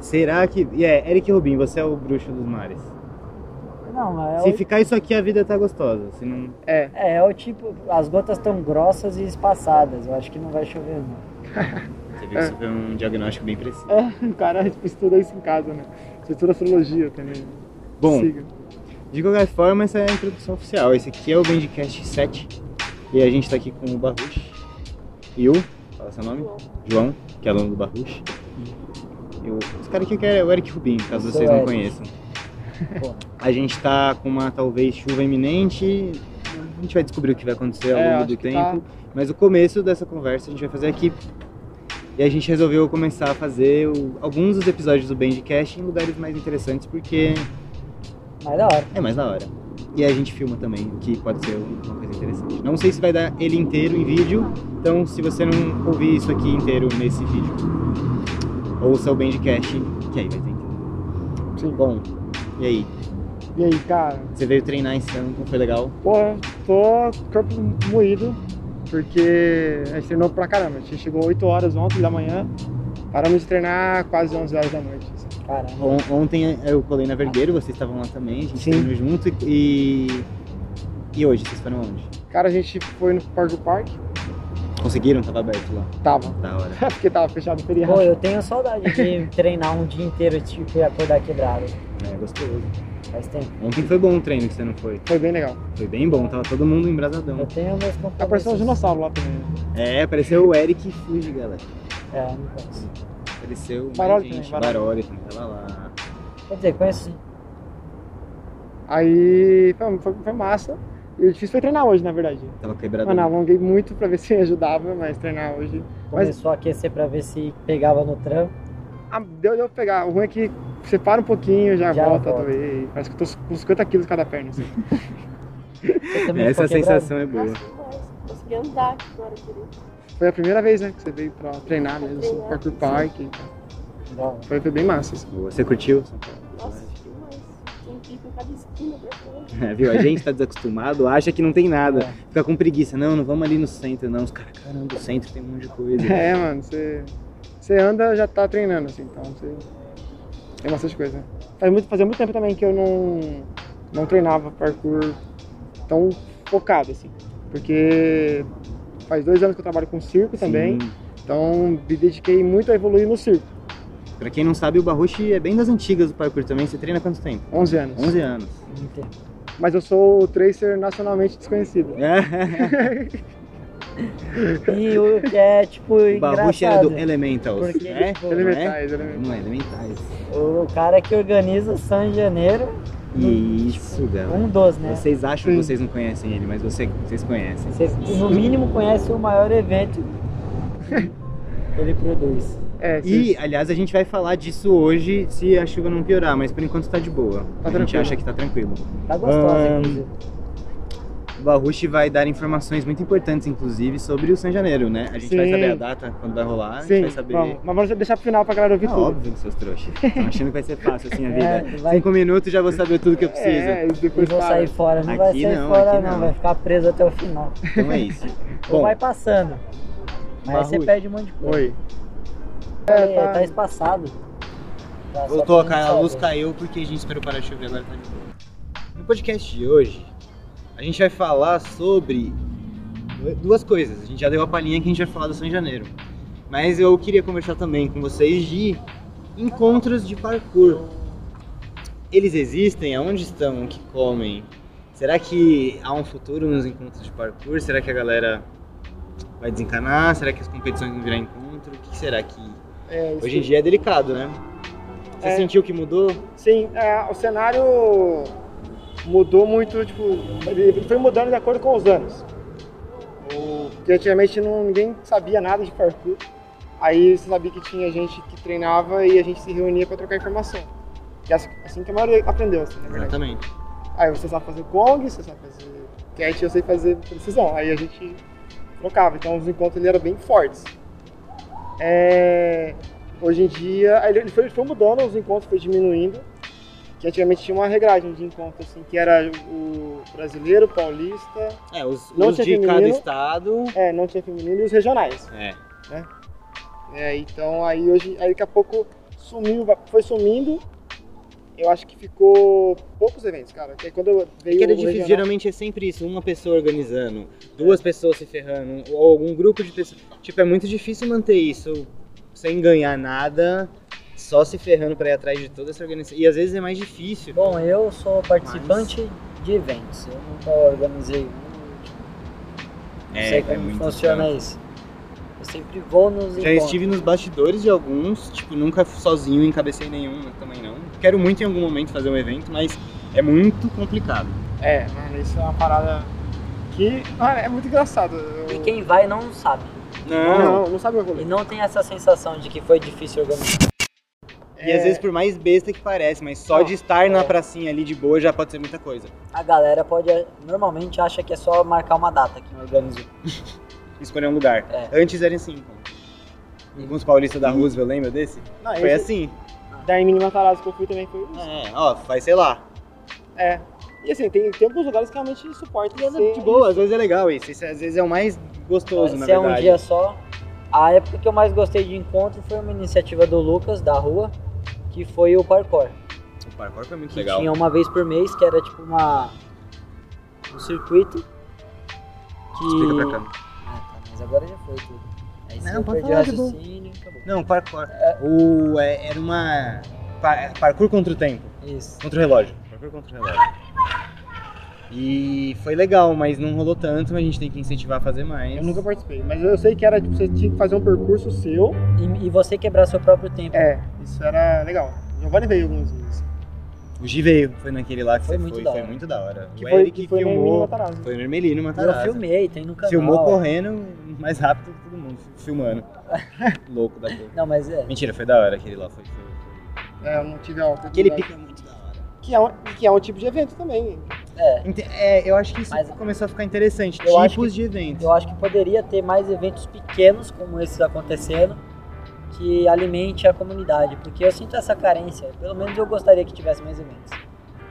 Será que. E É, Eric Rubin, você é o bruxo dos mares. Não, é Se o, ficar isso aqui, a vida tá gostosa. Se não. É. é, é o tipo, as gotas tão grossas e espaçadas, eu acho que não vai chover não. Você viu que isso foi um diagnóstico bem preciso. É, o cara estuda isso em casa, né? Você estuda astrologia também. Bom, Siga. de qualquer forma, essa é a introdução oficial. Esse aqui é o Bandcast 7. E a gente tá aqui com o Barrush. E o. Fala seu nome? João, que é aluno do Barrush. E o... Esse cara aqui que é o Eric Rubin, caso Eu sou vocês o não Eric. conheçam. Pô, A gente tá com uma talvez chuva iminente. A gente vai descobrir o que vai acontecer ao É, longo acho do que tempo. Mas o começo dessa conversa a gente vai fazer aqui. E a gente resolveu começar a fazer o- alguns dos episódios do Bandcast em lugares mais interessantes, porque mas da hora. é mais da hora. E a gente filma também, o que pode ser uma coisa interessante. Não sei se vai dar ele inteiro em vídeo, então se você não ouvir isso aqui inteiro nesse vídeo, ouça o Bandcast, que aí vai ter inteiro. Sim. Bom, e aí? E aí, cara? Você veio treinar esse ano, como foi legal? Porra, tô corpo moído, porque a gente treinou pra caramba. A gente chegou 8 horas ontem da manhã, paramos de treinar quase 11 horas da noite. assim. Caramba. On- Ontem eu colei na Vergueiro, vocês estavam lá também, a gente Sim. treinou junto e. E hoje, vocês foram onde? Cara, a gente foi no Parque do Parque, Conseguiram? Tava aberto lá. tava, Da hora. porque tava fechado o feriado. Pô, eu tenho saudade de treinar um dia inteiro tipo, e acordar quebrado. É gostoso. Faz tempo. Ontem foi bom o treino que você não foi. Foi bem legal. Foi bem bom, tava todo mundo Eu embrasadão. tenho meus compromissos. Apareceu um dinossauro lá também. né? É, pareceu o Eric Fuji, galera. É, não conheço. Pareceu mais Baroli gente. também, Baroli também tava lá. Quer dizer, conheço né? sim. Aí foi, foi, foi massa. E o difícil foi treinar hoje, na verdade. Tava quebrado. Mano, alonguei muito pra ver se ajudava, mas treinar hoje. Começou a aquecer pra ver se pegava no trampo. Ah, deu, deu pra pegar. O ruim é que você para um pouquinho, já, Já volta, volta. também. Parece que eu tô com 50 quilos cada perna. assim. Eu também Essa ficou quebrado. sensação é boa. Nossa, mas consegui andar agora direito. Foi a primeira vez, né, que você veio pra treinar mesmo, assim, Treinar, parkour sim. park. Da hora. Foi, foi bem massa. assim. Boa. Você curtiu? São Paulo? Nossa, demais. Tem que ir pra cada esquina pra frente. É, viu? A gente tá desacostumado, acha que não tem nada. É. Fica com preguiça. Não, não vamos ali no centro, não. Os caras, caramba, o centro tem um monte de coisa. É, mano, você, você anda já tá treinando, assim, então você. Tem bastante coisa. Faz muito, fazia muito tempo também que eu não, não treinava parkour tão focado, assim. Porque faz dois anos que eu trabalho com circo também, Sim. então me dediquei muito a evoluir no circo. Pra quem não sabe, o Barrushi é bem das antigas do parkour também. Você treina há quanto tempo? 11 anos. 11 anos. Muito tempo. Mas eu sou o tracer nacionalmente desconhecido. É. E o que é, tipo, O Barrushi era do engraçado. Elementals. Porque, né? tipo, Não Elementais, elementais. Não é Elementais. O cara que organiza San Janeiro, Isso, galera. um dos, né? Vocês acham que Sim. vocês não conhecem ele, mas você- vocês conhecem. Você, no mínimo, conhece o maior evento que ele produz. É, E, vocês- aliás, a gente vai falar disso hoje se a chuva não piorar, mas por enquanto tá de boa. Tá a gente tranquilo. acha que tá tranquilo. Tá gostosa, Ahn, inclusive. O Barrushi vai dar informações muito importantes, inclusive, sobre o San Janeiro, né? A gente vai Sim. saber a data, quando vai rolar, a gente sim, vai saber. vamos. Mas vamos deixar pro final pra galera ouvir Ah, tudo. óbvio, seus trouxas. Estão achando que vai ser fácil assim a vida. Tá É, vai- Cinco minutos já vou saber tudo que eu preciso. É, e Eu depois vou para. sair fora, não vai Aqui sair não, fora aqui não. não. vai ficar preso até o final. Então é isso. Ou Bom, vai passando. Mas aí você Barruti. perde um monte de coisa. Oi. É, tá... tá- espaçado. Tá, só voltou, a, pra ca- gente a luz saber. caiu porque a gente esperou parar de chover, agora tá de boa. No podcast de hoje, a gente vai falar sobre duas coisas. A gente já deu a palhinha que a gente vai falar do São Janeiro. Mas eu queria conversar também com vocês de encontros de parkour. Eles existem? Aonde estão? O que comem? Será que há um futuro nos encontros de parkour? Será que a galera vai desencanar? Será que as competições vão virar encontro? O que será que. É, isso. Hoje em dia é delicado, né? Você É. sentiu que mudou? Sim, é, o cenário mudou muito, tipo, ele foi mudando de acordo com os anos. O- Porque antigamente não, ninguém sabia nada de parkour. Aí você sabia que tinha gente que treinava e a gente se reunia para trocar informação. Que é assim- assim que a maioria aprendeu, assim, na verdade. Exatamente. Aí você sabe fazer Kong, você sabe fazer Cat, eu sei fazer precisão. Aí a gente trocava. Então os encontros ele eram bem fortes. É, Hoje em dia, aí ele ele foi, ele foi mudando, os encontros foi diminuindo. Que antigamente tinha uma regragem de encontro, assim, que era o brasileiro, paulista, É, os, Não os tinha de cada feminino. estado. é, não tinha feminino e os regionais. É. É, então aí hoje, aí daqui a pouco sumiu, va- foi sumindo. Eu acho que ficou poucos eventos, cara. Que aí quando veio Que era o difícil, regional- geralmente é sempre isso, uma pessoa organizando, duas pessoas se ferrando, ou algum grupo de pessoas. Tipo, é muito difícil manter isso sem ganhar nada, só se ferrando pra ir atrás de toda essa organização. E às vezes é mais difícil. Bom, eu sou participante de eventos. Eu nunca organizei um. Não É, sei é como muito funciona legal. isso. Eu sempre vou nos Já encontros. estive nos bastidores de alguns, tipo, nunca sozinho encabecei nenhum também não. Quero muito em algum momento fazer um evento, mas é muito complicado. É, mano, isso é uma parada que. Mano, é muito engraçado. Eu- E quem vai não sabe. Não, não sabe o rolê. E não tem essa sensação de que foi difícil organizar. E às vezes por mais besta que parece, mas só Não, de estar na é. pracinha ali de boa já pode ser muita coisa. A galera pode, eh, normalmente, acha que é só marcar uma data que organizou. Escolher um lugar. É. Antes era assim, pô. Alguns paulistas da Roosevelt, lembra desse? É, É Não, Foi esse- assim. Da Emini Matarazzo que eu fui também foi isso. É, ó, faz sei lá. É. E assim, tem, tem alguns lugares que realmente suportam. E é de boa, às vezes é legal isso. Isso às vezes é o mais gostoso, na Se é um verdade. dia só. A época que eu mais gostei de encontro foi uma iniciativa do Lucas, da rua, que foi o parkour. O parkour foi muito que legal. tinha uma vez por mês, que era tipo uma um circuito que Explica pra cá. Ah, tá, mas agora já foi tudo. Aí Não, você pode perdeu o falar, tipo, de boa. raciocínio, acabou. Não, parkour. O, é, era uma. pa- parkour contra o tempo. Isso. Contra o relógio. Parkour contra o relógio. E foi legal, mas não rolou tanto, mas a gente tem que incentivar a fazer mais. Eu nunca participei, mas eu sei que era tipo, você tinha que fazer um percurso seu. E, e você quebrar seu próprio tempo. É, isso era legal. Giovanni veio alguns vezes. O G veio, foi naquele lá que Foi você muito foi, da foi hora. muito da hora. Que o foi, Eric que foi na Emini filmou. Matarazzo. Foi vermelhino, Eu Matarazzo. filmei, tem no canal. tá Filmou correndo mais rápido que todo mundo, filmando. Louco da porra. Não, mas é. Mentira, foi da hora aquele lá. Foi, foi- foi. É, eu não tive a oportunidade. Aquele pico é muito da hora. Que é, um, que é um tipo de evento também. é. Ente- É, eu acho que isso Mas- começou a ficar interessante. Eu acho Tipos que- de eventos. Eu acho que poderia ter mais eventos pequenos como esses acontecendo que alimente a comunidade, porque eu sinto essa carência. Pelo menos eu gostaria que tivesse mais eventos.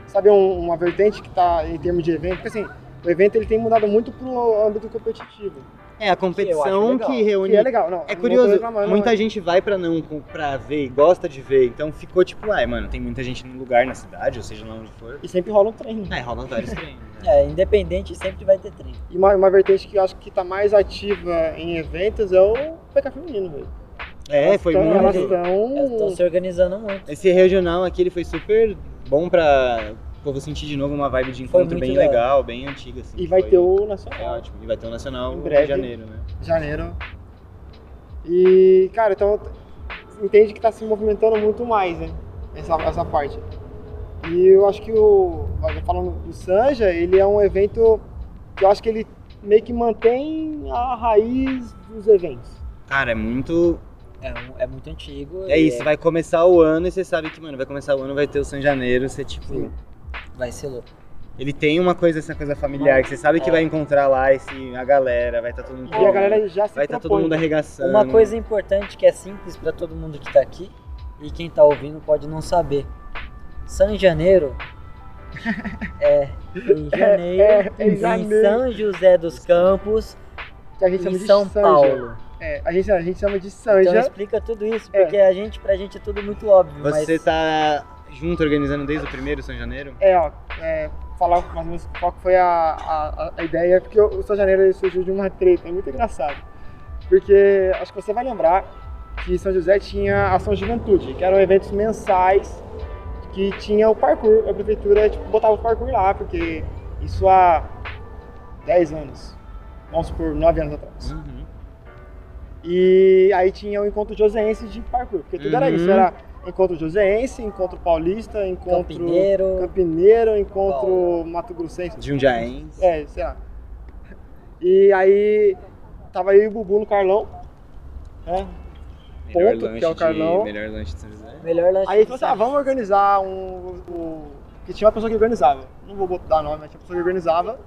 Sabe um- uma vertente que tá em termos de evento? Porque assim, o evento ele tem mudado muito pro âmbito competitivo. É, a competição legal. que reúne. Que é legal, não. É não tô curioso, reclamando, muita é. mas- gente vai pra não pra ver e gosta de ver, então ficou tipo, ai, mano, tem muita gente no lugar, na cidade, ou seja lá onde for. E sempre rola um treino. Ai, rola vários treinos. né? É, independente sempre vai ter treino. E uma, uma vertente que eu acho que tá mais ativa em eventos é o PK feminino, velho. É, foi Então, Elas muito. Elas estão estão... se organizando muito. Esse regional aqui ele foi super bom pra o povo sentir de novo uma vibe de Foi encontro muito bem da hora. legal, bem antiga. Assim, E vai foi- ter o É Nacional. ótimo. E vai ter o Nacional Em em, breve. janeiro, né? janeiro. E, cara, então entende que tá se movimentando muito mais, né? Essa, essa parte. E eu acho que o. olha, Falando do Sanja, ele é um evento que eu acho que ele meio que mantém a raiz dos eventos. Cara, é muito. É, um- é muito antigo. É e isso, vai começar o ano e você sabe que, mano, vai começar o ano, vai ter o São Janeiro, você tipo. Sim. vai ser louco. Ele tem uma coisa, essa coisa familiar, que você sabe que É. vai encontrar lá esse, a galera, vai estar todo mundo. E a galera já se Vai estar propõe. todo mundo arregaçando. Uma coisa importante que é simples pra todo mundo que tá aqui e quem tá ouvindo pode não saber. San Janeiro é em janeiro, é, é em em janeiro. São José dos Campos, que a gente em chama de São Sanja. Paulo. É, a gente, a gente chama de Então Sanja. explica tudo isso, É. porque a gente, pra gente é tudo muito óbvio, Você mas tá junto organizando desde o primeiro São Janeiro? É, ó, é, falar mais ou menos qual que foi a, a, a ideia, porque o São Janeiro ele surgiu de uma treta, é muito engraçado. Porque acho que você vai lembrar que São José tinha a Ação Juventude, que eram eventos mensais que tinha o parkour, a prefeitura tipo, botava o parkour lá, porque isso há 10 anos, vamos supor, 9 anos atrás. Uhum. E aí tinha o encontro joseense de parkour, porque tudo era isso, Uhum. era encontro joseense, encontro paulista, encontro... Campineiro, Campineiro, encontro Mato Grossense. De um Jaén. É, sei lá. E aí tava eu e o Bubu no Carlão. né? Melhor Ponto, lanche que é o de- Carlão. Melhor lanche de São José. melhor lanche Aí ele de então São falou assim, tá, ah, vamos organizar um. um- Que tinha uma pessoa que organizava. Não vou botar nome, mas tinha uma pessoa que organizava.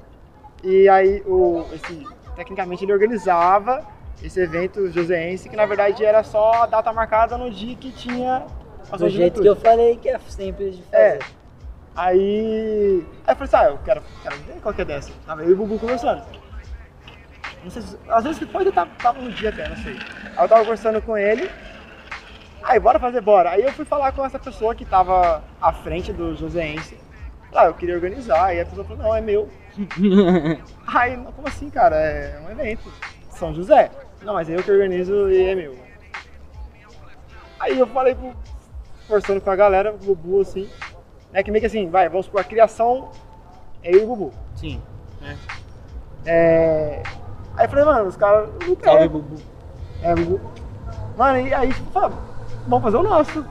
E aí o. Esse, tecnicamente ele organizava esse evento joseense, que na verdade era só a data marcada no dia que tinha a um do sua jeito juventude. que eu falei que é simples de É. fazer. Aí. Aí eu falei assim, ah, eu quero, quero ver qual que é dessa. Tava eu e o Bubu conversando. um Não sei se. Às vezes depois eu tava, tava no dia até, não sei. Aí eu tava conversando com ele. Aí, bora fazer, bora. Aí eu fui falar com essa pessoa que tava à frente do Joseense. Ah, eu queria organizar. Aí a pessoa falou, não, é meu. Aí, não, como assim, cara? É um evento. São José. Não, mas eu que organizo e é meu. Aí eu falei, pro- conversando com a galera, com o Bubu, assim, né, que meio que assim, vai, vamos supor, a criação é eu e o Bubu. Sim. É... Aí eu falei, mano, os caras não Salve, querem. Bubu. É, Bubu. Mano, e aí, tipo, fala, vamos fazer o nosso.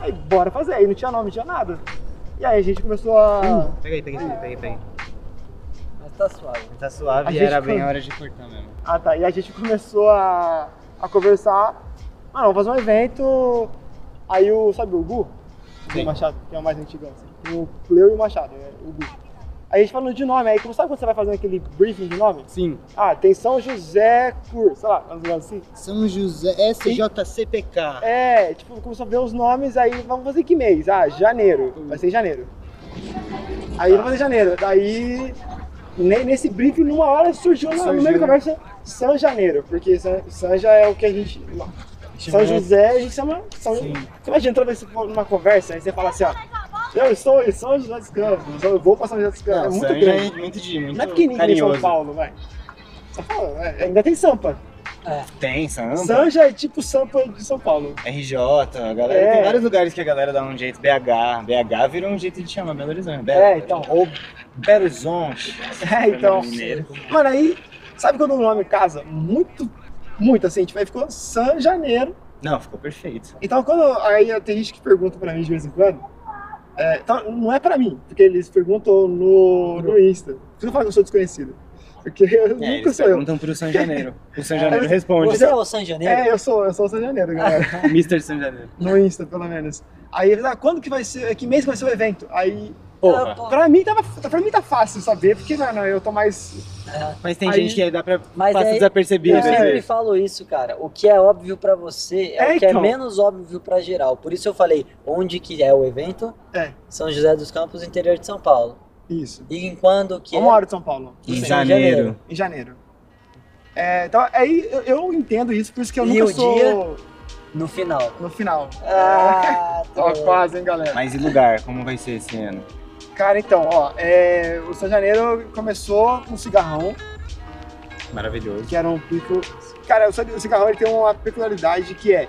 Aí, bora fazer. Aí não tinha nome, não tinha nada. E aí a gente começou a... Pega aí, pega aí, pega aí, pega aí. Mas tá suave. Tá A suave e gente era bem come- a hora de cortar mesmo. Ah tá, e a gente começou a, a conversar. Mano, vamos fazer um evento. Aí o, sabe o Gu? O Sim. Gu Machado, que é o mais antigão, assim. O Cleu e o Machado, é o Gu. Aí a gente falando de nome, aí como sabe quando você vai fazendo aquele briefing de nome? Sim. Ah, tem São José Cur, sei lá, uns negócios assim. São José SJCPK. É, tipo, começou a ver os nomes, aí vamos fazer que mês? Ah, janeiro. Vai ser em janeiro. Aí vamos fazer em janeiro. Daí, ne- nesse briefing, numa hora surgiu, na- no meio Surgiu. da conversa San Janeiro, porque San, San já é o que a gente. São José, a gente chama. São, você Sim. imagina entrar nesse- numa conversa, aí você fala assim, ó. Eu sou em São José dos Campos, eu vou pra São José dos Campos. Não, é muito Sanja grande. é muito de muito Não é pequenininho em São carinhoso. Paulo, vai. Só falando, é, ainda tem Sampa. Tem, Sampa, Sanja é tipo Sampa de São Paulo. RJ, a galera É. tem vários lugares que a galera dá um jeito. BH, BH virou um jeito de chamar Belo Horizonte. Belo- É, então. Ou Belo Horizonte. É, então. Mineiro. Mano, aí, sabe quando o nome casa? Muito, muito assim, tipo, aí ficou San Janeiro. Não, ficou perfeito. Então, quando. Aí tem gente que pergunta pra mim de vez em quando. é, então, não é pra mim, porque eles perguntam no, no Insta. Por isso que eu falo que eu sou desconhecido. Porque eu É, nunca eles sou eu. perguntam pro São Janeiro. O São Janeiro É, responde. Você é o San Janeiro? É, eu sou, eu sou o San Janeiro, galera. Mr. São Janeiro. no Insta, pelo menos. Aí eles, ah, quando que vai ser? Que mês que vai ser o evento? Aí. Porra. Pô, Pra mim, tava, pra mim tá fácil saber, porque, mano, eu tô mais. Mas tem Aí- gente que dá pra Mas passa é- desapercebido. Eu às sempre vezes. falo isso, cara. O que é óbvio pra você é, É, o que então. é menos óbvio pra geral. Por isso eu falei onde que é o evento. É. São José dos Campos, interior de São Paulo. Isso. E em quando que Uma é? hora de São Paulo. Em São janeiro. Janeiro. em janeiro. É, então, aí eu, eu entendo isso, por isso que eu E nunca o sou dia? no final. no final. É, Ah, Ó, tô- quase, hein, galera. Mas e lugar? Como vai ser esse ano? Cara, então, ó, é, o São Janeiro começou com um cigarrão, Maravilhoso. que era um pico... Cara, o San- o cigarrão ele tem uma peculiaridade que é,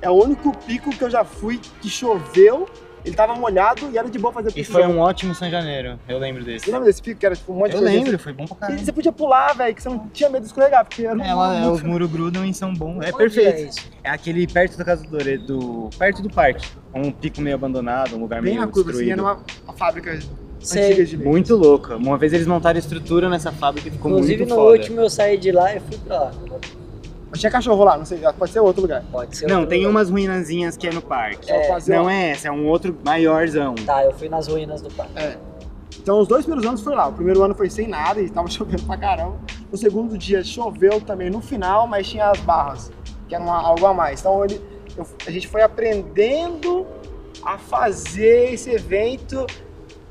é o único pico que eu já fui que choveu, ele tava molhado e era de boa fazer E pico. foi um ótimo São Janeiro. Eu lembro desse. Você lembra desse pico que era tipo um monte de Eu coisa? lembro, foi bom pra E caramba. você podia pular, velho, que você não tinha medo de escorregar, porque era um... Ela, é, os muros grudam e são bons. É Onde perfeito. isso? É aquele perto da casa do Dore, do perto do parque. Um pico meio abandonado, um lugar Bem meio na curva, assim, destruído. era uma, uma fábrica antiga Sei. de leite. Muito louco. Uma vez eles montaram a estrutura nessa fábrica e ficou Inclusive, muito no foda. último eu saí de lá e fui pra lá. Mas tinha cachorro lá, não sei, pode ser outro lugar. Pode ser Não, outro tem lugar. umas ruinazinhas que é no parque. Só É, fazer Não é essa, é um outro maiorzão. Tá, eu fui nas ruínas do parque. Então, os dois primeiros anos foi lá. O primeiro ano foi sem nada e tava chovendo pra caramba. O segundo dia choveu também no final, mas tinha as barras, que eram algo a mais. Então, ele, eu- a gente foi aprendendo a fazer esse evento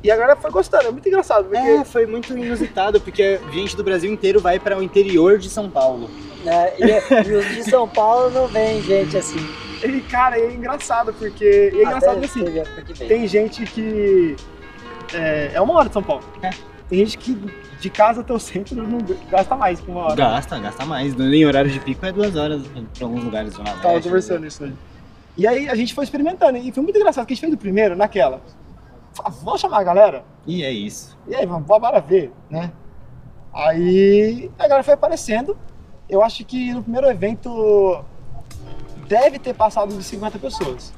e agora foi gostando. É muito engraçado, porque É, foi muito inusitado, porque gente do Brasil inteiro vai para o interior de São Paulo. Né? E, e os de São Paulo não vem gente assim. ele, cara, é engraçado, porque. Ah, E é engraçado Até assim. teve época que veio. Tem gente que. É, é uma hora de São Paulo. Tem gente que de casa até o centro não gasta mais que uma hora. Gasta, gasta mais. Em horário de pico é duas horas pra alguns lugares né, do Nordeste. Tava conversando isso aí. É, tipo, E aí a gente foi experimentando. E foi muito engraçado que a gente fez o primeiro naquela. Fa- Vamos chamar a galera? E é isso. E aí, vamos, bora ver, né? Aí a galera foi aparecendo. Eu acho que no primeiro evento deve ter passado de 50 pessoas.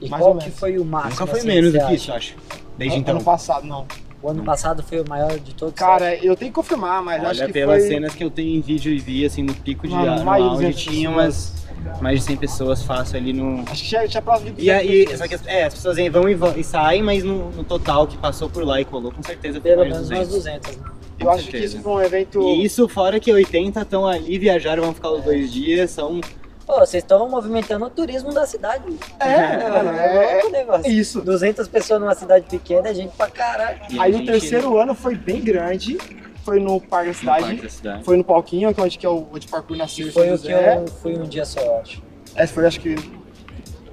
E mais ou qual que menos. foi o máximo? Nunca Ah, foi assim, menos você do que acha? isso, eu acho. Desde Ano- então. Ano passado, não. O ano passado foi o maior de todos. Cara, eu tenho que confirmar, mas acho Olha, que pelas foi... cenas que eu tenho em vídeo e vi, assim, no pico de Mano, ano, mais de onde 200 tinha umas mais de 100 pessoas fácil ali no... Acho que já, já próximo de E aí, 200 só que pessoas. as, é, as pessoas vão e, vão e saem, mas no, no total que passou por lá e colou, com certeza foi pelo mais de menos umas 200. 200. né? Com Eu acho que certeza. isso foi um evento... E isso fora que 80 estão ali, viajaram, vão ficar os dois dias, são... Pô, vocês estão movimentando o turismo da cidade. né? É, mano, é, louco o é negócio. isso. 200 pessoas numa cidade pequena é gente pra caralho. e a Aí o gente- terceiro ano foi bem grande, foi no no Parque da parque Cidade, da cidade. foi no Palquinho, que é onde que é o onde o parkour nasceu. em Foi São o que José. eu fui um dia só, eu acho. Essa foi, acho que.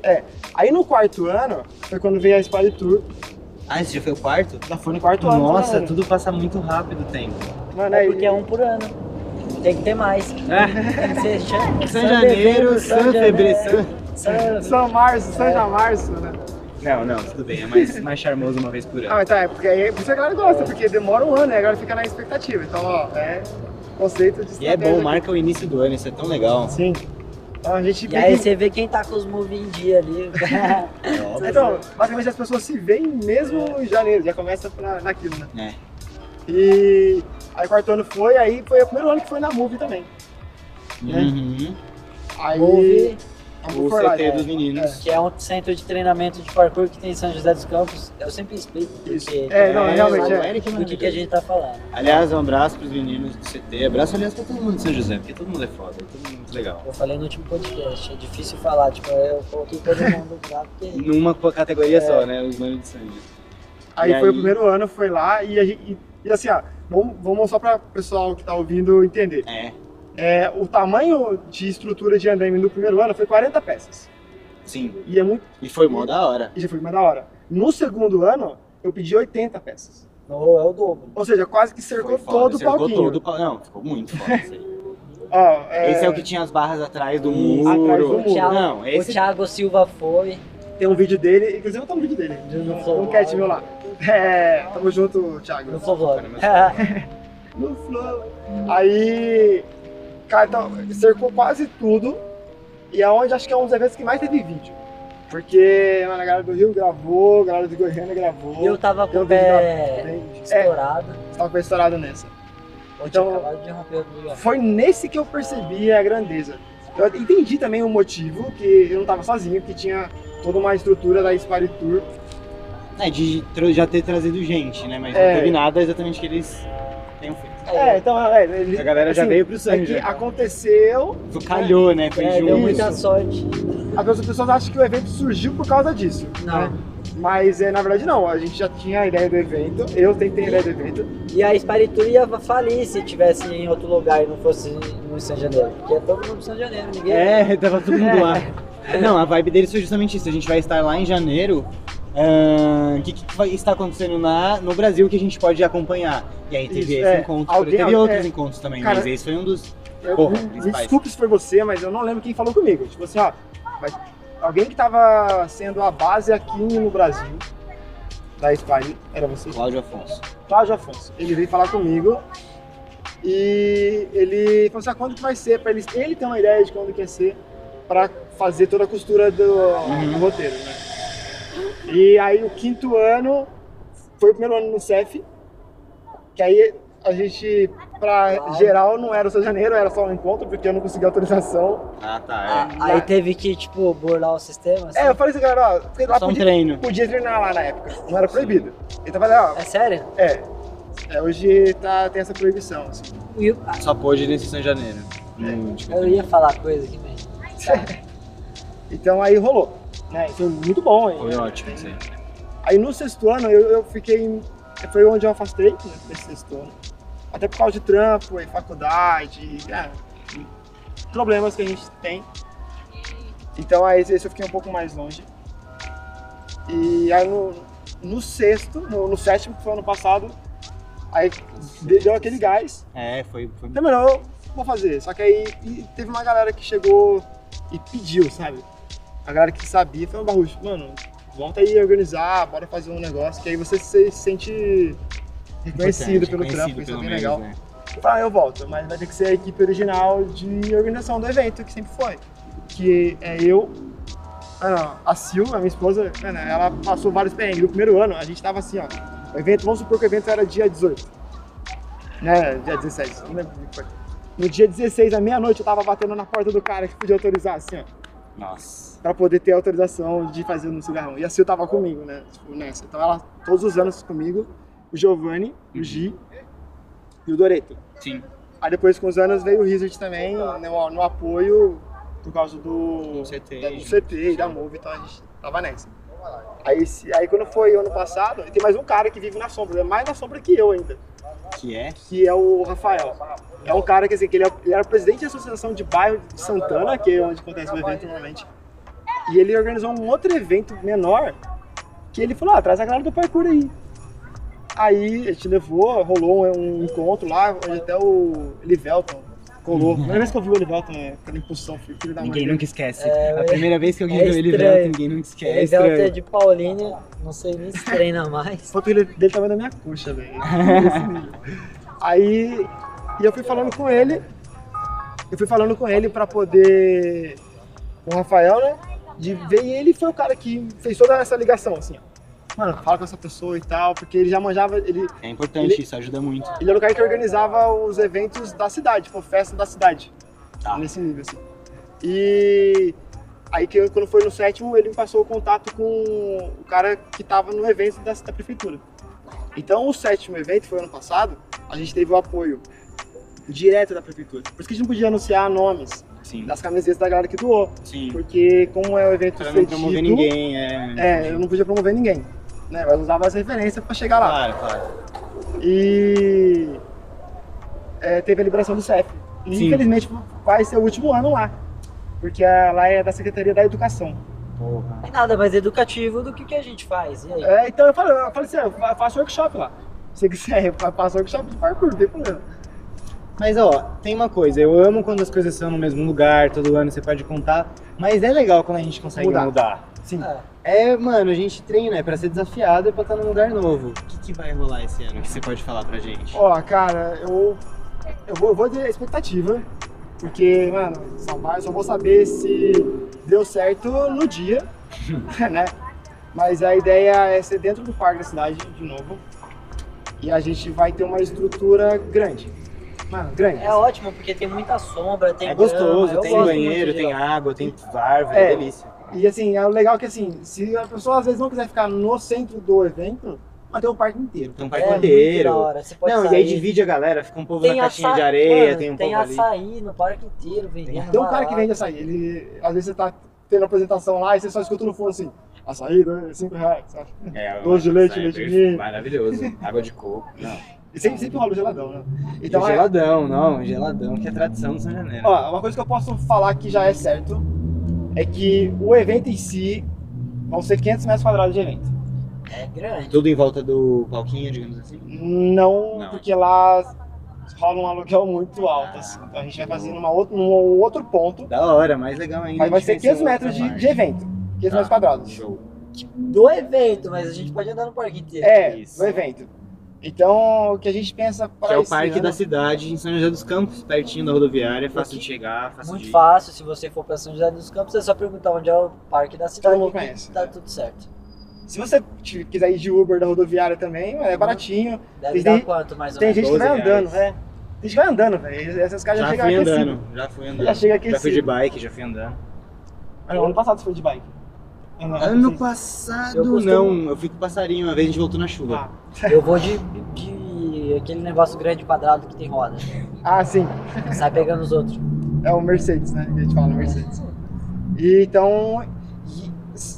É. Aí no quarto ano foi quando veio a Spire Tour. Ah, esse já foi o quarto? Já foi no quarto ano. Nossa, mano. tudo passa muito rápido o tempo. Mano, É aí, porque é um por ano. Tem que ter mais. Tem que ser Chan- São Janeiro, São Febre, Janeiro, São... São- São Março, São Jamarço, né? Não, não, tudo bem, é mais, mais charmoso uma vez por Ah, ano. mas tá, é porque aí é por isso que a galera gosta, porque demora um ano, né? Agora fica na expectativa. Então, ó, é conceito de E é bom, estratégia. marca o início do ano, isso é tão legal. Sim. Então, a gente E aí vive- você vê quem tá com os movimentos em dia ali. Então, basicamente as pessoas se veem mesmo em janeiro, já começa na, naquilo, né? É. E aí quarto ano foi, aí foi o primeiro ano que foi na Move também. Uhum. Aí Move, a Move O for Life, CT é. dos meninos. que é um centro de treinamento de parkour que tem em São José dos Campos. Eu sempre explico Isso. porque, É, não, realmente o é. Eric do que, que a gente tá falando. Aliás, um abraço pros meninos do CT, abraço aliás pra todo mundo de São José, porque todo mundo é foda, todo mundo é muito legal. Eu falei no último podcast, é difícil falar, tipo, eu coloquei todo mundo lá porque Numa co- categoria É. só, né? Os manos de São José. Aí E foi aí? o primeiro ano, foi lá e, a gente- e- e assim, ó, vamos, vamos só para o pessoal que tá ouvindo entender. É, É, o tamanho de estrutura de andaime no primeiro ano foi 40 peças. sim. E é muito, E foi mó da hora. e já foi mais da hora. No segundo ano, eu pedi 80 peças. não é o dobro. Ou seja, quase que cercou Foi foda, todo o cercou palquinho. todo o pal- Não, ficou muito foda isso aí. Ó, é, Esse é o que tinha as barras atrás do Isso. muro. Atrás do muro. Não, O esse Thiago Silva foi, Tem um vídeo dele, inclusive eu tô no vídeo dele. Do- do Um Flow. um cat meu lá. É, tamo junto, Thiago. não foi vlog. No flow. Aí, cara, então, cercou quase tudo. E é onde acho que é um dos eventos que mais teve vídeo. Porque mano, a galera do Rio gravou, a galera de Goiânia gravou. E eu tava com Tem um o vídeo lá. pé Tem- É, estourado, tava com estourado nessa. eu Então- tinha acabado de romper o Miguel. Foi nesse que eu percebi a grandeza. Eu entendi também o motivo, que eu não tava sozinho, que tinha toda uma estrutura da Spire Tour. É, de tra- já ter trazido gente, né? Mas É. não teve nada exatamente que eles tenham feito. É, então, é, ele- A galera já assim, veio pro É sangue. né? que já. aconteceu Calhou, né? Foi É, junto. deu muita sorte. As pessoas- pessoas acham que o evento surgiu por causa disso. Não. né? Mas é, na verdade não, a gente já tinha a ideia do evento, eu tentei a ideia do evento. E a Espiritura ia falir se tivesse em outro lugar e não fosse no São Janeiro. Porque é todo mundo no São Janeiro, ninguém. É, tava todo mundo lá. Não, a vibe deles foi justamente isso. A gente vai estar lá em janeiro. ahn, O que, que vai estar acontecendo na, no Brasil que a gente pode acompanhar? E aí teve Isso, esse é. encontro. Alguém- teve é. outros encontros também, Cara- mas esse foi um dos. Eu, Porra, me- me, principais. desculpe se foi você, mas eu não lembro quem falou comigo. Tipo assim, ó, mas alguém que tava sendo a base aqui no Brasil, da Spire, era você, Cláudio Afonso. Cláudio Afonso. Ele veio falar comigo e ele falou assim, ah, quando que vai ser? Pra ele, ele ter uma ideia de quando que ia ser pra fazer toda a costura do, do roteiro, né? E aí o quinto ano foi o primeiro ano no CEF, que aí a gente, pra geral, não era o São Janeiro, era só um encontro, porque eu não consegui autorização. Ah, Ah, tá. aí teve que, tipo, burlar o sistema. assim. É, eu falei assim, galera, ó, sei É. lá Só um podia, treino. podia treinar lá na época, não era proibido. Então eu falei, ó, É sério? é, é, hoje tá, tem essa proibição, assim. Eu, Só pôde nesse São Janeiro. Hum, tipo, Ah, eu ia falar coisa aqui, né? Então aí rolou, né, e foi muito bom. hein? Foi ótimo isso aí. Aí no sexto ano eu, eu fiquei. em- Foi onde eu afastei, né? Nesse sexto ano. Até por causa de trampo, e faculdade, e, ah, e problemas que a gente tem. Então aí esse eu fiquei um pouco mais longe. E aí no, no sexto, no, no sétimo, que foi ano passado, aí de- deu aquele gás. É, foi. foi... Então, mano, eu vou fazer. Só que aí e teve uma galera que chegou e pediu, sabe? A galera que sabia foi um barulho. Mano, volta aí a organizar, bora fazer um negócio, que aí você se sente reconhecido pelo Importante, trampo, reconhecido isso é pelo bem menos, legal. né? Eu falei, ah, eu volto, mas vai ter que ser a equipe original de organização do evento, que sempre foi. Que é eu, ah, não, a Sil, a minha esposa, mano, ela passou vários perrengues. No primeiro ano, a gente tava assim, ó. O evento, vamos supor que o evento era dia 18. Né, dia 17, não lembro como é que foi. No dia 16, à meia-noite, eu tava batendo na porta do cara que podia autorizar, assim, ó. Nossa. Pra poder ter autorização de fazer no cigarrão. E a Sil tava comigo, né? Tipo, nessa. Então ela, todos os anos comigo, o Giovanni, o Gi e o Doreto. Sim. Aí depois, com os anos, veio o Rizard também, né, no, no apoio, por causa do Do né? CT, da- do CT e da Move, então a gente tava nessa. né? Aí, se- aí quando foi ano passado, tem mais um cara que vive na sombra, é mais na sombra que eu ainda. Que é? que é o Rafael. É um cara que, assim, que ele, é- ele era presidente da Associação de Bairro de Santana, que é onde acontece o evento normalmente. E ele organizou um outro evento menor que ele falou: ah, traz a galera do parkour aí. Aí a gente levou, rolou um, um encontro lá, onde até o Livelton colou. Primeira vez que eu vi o Livelton, né, aquela impulsão, filho filho da mãe. Ninguém dele. nunca esquece. É, a primeira vez que alguém é viu ele estranho. velho, ninguém nunca esquece. Ele É deu até estranho. de Paulínia, não sei nem se treina mais. foto dele dele tava na minha coxa, velho. Esse nível. Aí e eu fui falando com ele, eu fui falando com ele pra poder com o Rafael, né? De ver e ele foi o cara que fez toda essa ligação, assim, ó. Mano, fala com essa pessoa e tal, porque ele já manjava, ele, É importante, Ele- isso ajuda muito. ele era o cara que organizava os eventos da cidade, tipo, festa da cidade. Tá. Nesse nível, assim. E aí que eu- quando foi no sétimo, ele me passou o contato com o cara que tava no evento da, da prefeitura. Então o sétimo evento foi ano passado, a gente teve o apoio direto da prefeitura. Por isso que a gente não podia anunciar nomes Sim. das camisetas da galera que doou. Sim. Porque como é o evento Pra não promover cedido, ninguém, é. É, eu não podia promover ninguém. Né? Mas usava as referências pra chegar lá. Claro, claro. E é, teve a liberação do CEF. E, Sim. infelizmente vai ser o último ano lá. Porque a- lá é da Secretaria da Educação. Porra. É nada mais educativo do que o que a gente faz. E aí? É, então eu falei, eu falei assim, eu fa- faço workshop lá. Se você quiser, eu fa- faço workshop de parkour, não tem problema. Mas ó, tem uma coisa, eu amo quando as coisas são no mesmo lugar, todo ano você pode contar, mas é legal quando a gente consegue Mudar. mudar. Sim. Ah, É, mano, a gente treina, é pra ser desafiado, é pra estar num lugar novo. O que, que vai rolar esse ano que você pode falar pra gente? Ó, cara, eu, eu, vou, eu vou ter expectativa. Porque, mano, são vários, eu só vou saber se deu certo no dia, né? Mas a ideia é ser dentro do parque da cidade de novo. E a gente vai ter uma estrutura grande. Mano, grande. é ótimo porque tem muita sombra, tem é gostoso, grama, eu tem gosto muito banheiro, de tem lá. água, tem árvore, É. é delícia. E assim, é o legal que assim, se a pessoa às vezes não quiser ficar no centro do evento, mas tem o parque inteiro. Tem um É parque muito da inteiro. hora, você pode Não, sair. e aí divide a galera, fica um povo na caixinha açaí, de areia, mano, tem um tem povo ali. açaí no parque inteiro É vendendo. Tem um cara barato. que vende açaí, ele. Às vezes você tá tendo apresentação lá e você só escuta no fundo assim, açaí, dois, cinco reais, sabe? É, Doce de leite, açaí leite perfe- ninho. Maravilhoso. Água de coco. Não. E sempre, sempre rola o geladão, né? Então, Então, é- geladão, não, geladão, que é tradição do São Janeiro. ó, uma coisa que eu posso falar que já é certo é que o evento em si vão ser 500 metros quadrados de evento. É grande. Tudo em volta do palquinho, digamos assim. Não, Não. porque lá rola um aluguel muito alto, Ah, assim. Então a gente vai que fazer bom. numa outra, num outro ponto, Da hora, mais legal ainda. mas vai ser 500 500 metros de, de evento. 500 metros quadrados. Tá. Show. Do evento, mas a gente pode andar no parque inteiro. É, Isso. no evento. Então, o que a gente pensa para Que é o esse parque ano- da cidade, em São José dos Campos, pertinho da rodoviária, fácil de Aqui, chegar, fácil Muito de... fácil, se você for pra São José dos Campos, é só perguntar onde é o parque da cidade. mundo que conhece, Tá né? tudo certo. Se você te- quiser ir de Uber da rodoviária também, é baratinho. Deve E dar tem- quanto, mais ou Tem menos? gente que vai 12 andando, reais. né? Tem gente que vai andando, velho. Essas caras já, Já chegam fui aquecido. andando, já fui andando. Já chega aquecido. Já fui de bike, já fui andando. Ah, não, ano passado você foi de bike. Ano, Ano passado. passado Eu costumo- não, eu fui com o passarinho, uma vez a gente voltou na chuva. Ah, Eu vou de, de aquele negócio grande quadrado que tem roda. ah, sim. Sai pegando os outros. É o Mercedes, né? Que a gente fala Mercedes. E, então, e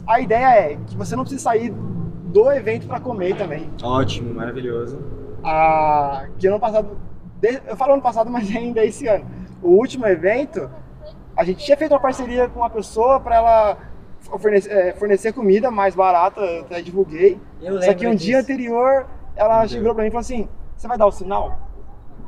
a ideia é que você não precisa sair do evento para comer também. Ótimo, maravilhoso. a, que ano passado, de- eu falo ano passado, mas ainda é esse ano, o último evento, a gente tinha feito uma parceria com uma pessoa para ela fornecer, eh, fornecer comida mais barata, eu até divulguei. Eu lembro Só que um dia disso. anterior, ela Meu chegou pra mim e falou assim: Você vai dar o sinal?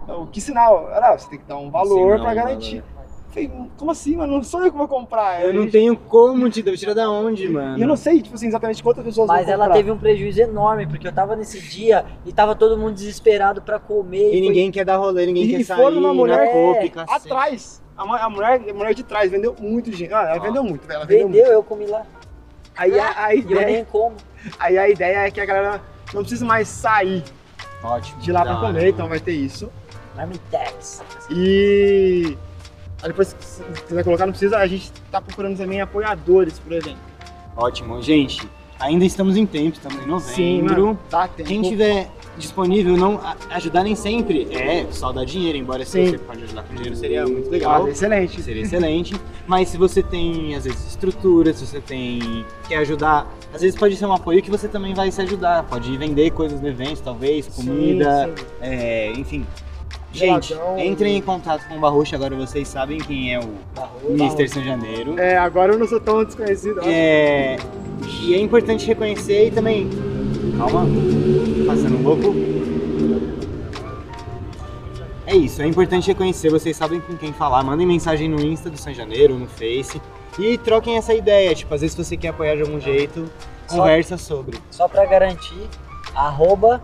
Eu, que sinal? Ela, "Ah, você tem que dar um valor Sinal, né, para garantir. Eu falei, como assim, mano? Não sou eu que vou comprar. Eu não né? E- tenho como te dar, tirar da onde, mano? E eu não sei, tipo assim, exatamente quantas pessoas Mas vão ela comprar. teve um prejuízo enorme, porque eu tava nesse dia e tava todo mundo desesperado pra comer. E foi- ninguém quer dar rolê, ninguém E quer foram sair, uma mulher é, na Copa, e cacete. Atrás. A, mu- a mulher, a mulher de trás vendeu muito dinheiro. Ah, ela Ó. vendeu muito, velho. Ela vendeu, Vendeu, eu comi lá. muito. Aí a, a E eu ideia, nem como. aí a ideia é que a galera não precisa mais sair Ótimo. de lá pra Da hora. comer, então vai ter isso. Marmitex. E. Aí depois, se quiser colocar, não precisa. A gente tá procurando também apoiadores pro evento. Ótimo, gente. Ainda estamos em tempo, estamos em novembro. mano. Dá tempo. Quem tiver disponível, não a- ajudar nem sempre é só dar dinheiro, embora se Sim. você pode ajudar com dinheiro seria muito legal. legal. Ah, excelente. Seria excelente, mas se você tem às vezes estrutura, se você tem quer ajudar Às vezes pode ser um apoio que você também vai se ajudar. Pode vender coisas no evento, talvez, comida, Sim, sim. é, enfim. Gente, Geladão. entrem em contato com o Barroxo, agora vocês sabem quem é o Mr. São Janeiro. É, agora eu não sou tão desconhecido. ó. É, e é importante reconhecer e também. Calma, passando um pouco. É isso, é importante reconhecer, vocês sabem com quem falar. Mandem mensagem no Insta do São Janeiro, no Face. E troquem essa ideia, tipo, às vezes se você quer apoiar de algum jeito, Só- conversa sobre. Só pra garantir, arroba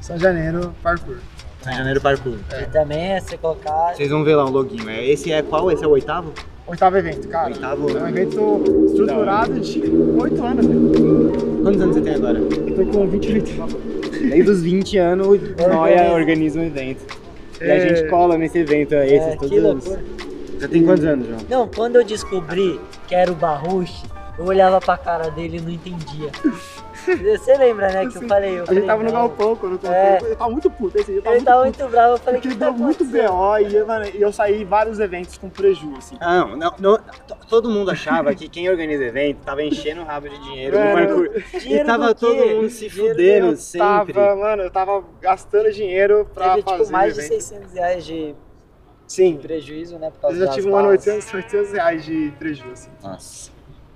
São Janeiro, parkour. São Janeiro Parkour. e também é você colocar. Vocês vão ver lá um loginho. É- Esse é qual? Esse é o oitavo? Oitavo evento, cara. Oitavo. É um evento estruturado de oito anos, velho. Quantos anos você tem agora? Eu tô com 28. Desde os 20 anos, Noia organiza um evento. E a gente cola nesse evento aí, É, que loucura. Já tem quantos anos, João? Não, quando eu descobri que era o Barruche, eu olhava pra cara dele e não entendia. Você lembra, né, que eu Sim. falei? Eu Assim, A falei, gente tava no não. galpão quando eu contei. É. Eu tava muito puto esse dia. Eu tava Ele muito tava puto. muito bravo, eu falei que Porque tá deu muito acontecendo?" BO e eu, mano, eu saí em vários eventos com prejuízo, assim. Ah, Não, não, não, to- todo mundo achava que quem organiza evento tava enchendo o rabo de dinheiro no Mano, parkour. E Dinheiro tava do todo quê? mundo se Dinheiro fudendo eu sempre. tava, mano, eu tava gastando dinheiro pra Teve, fazer tipo, mais de evento. 600 reais de Sim. prejuízo, né, por Eu causa já das tive um ano balas. 800, 800 reais de prejuízo, assim. Nossa.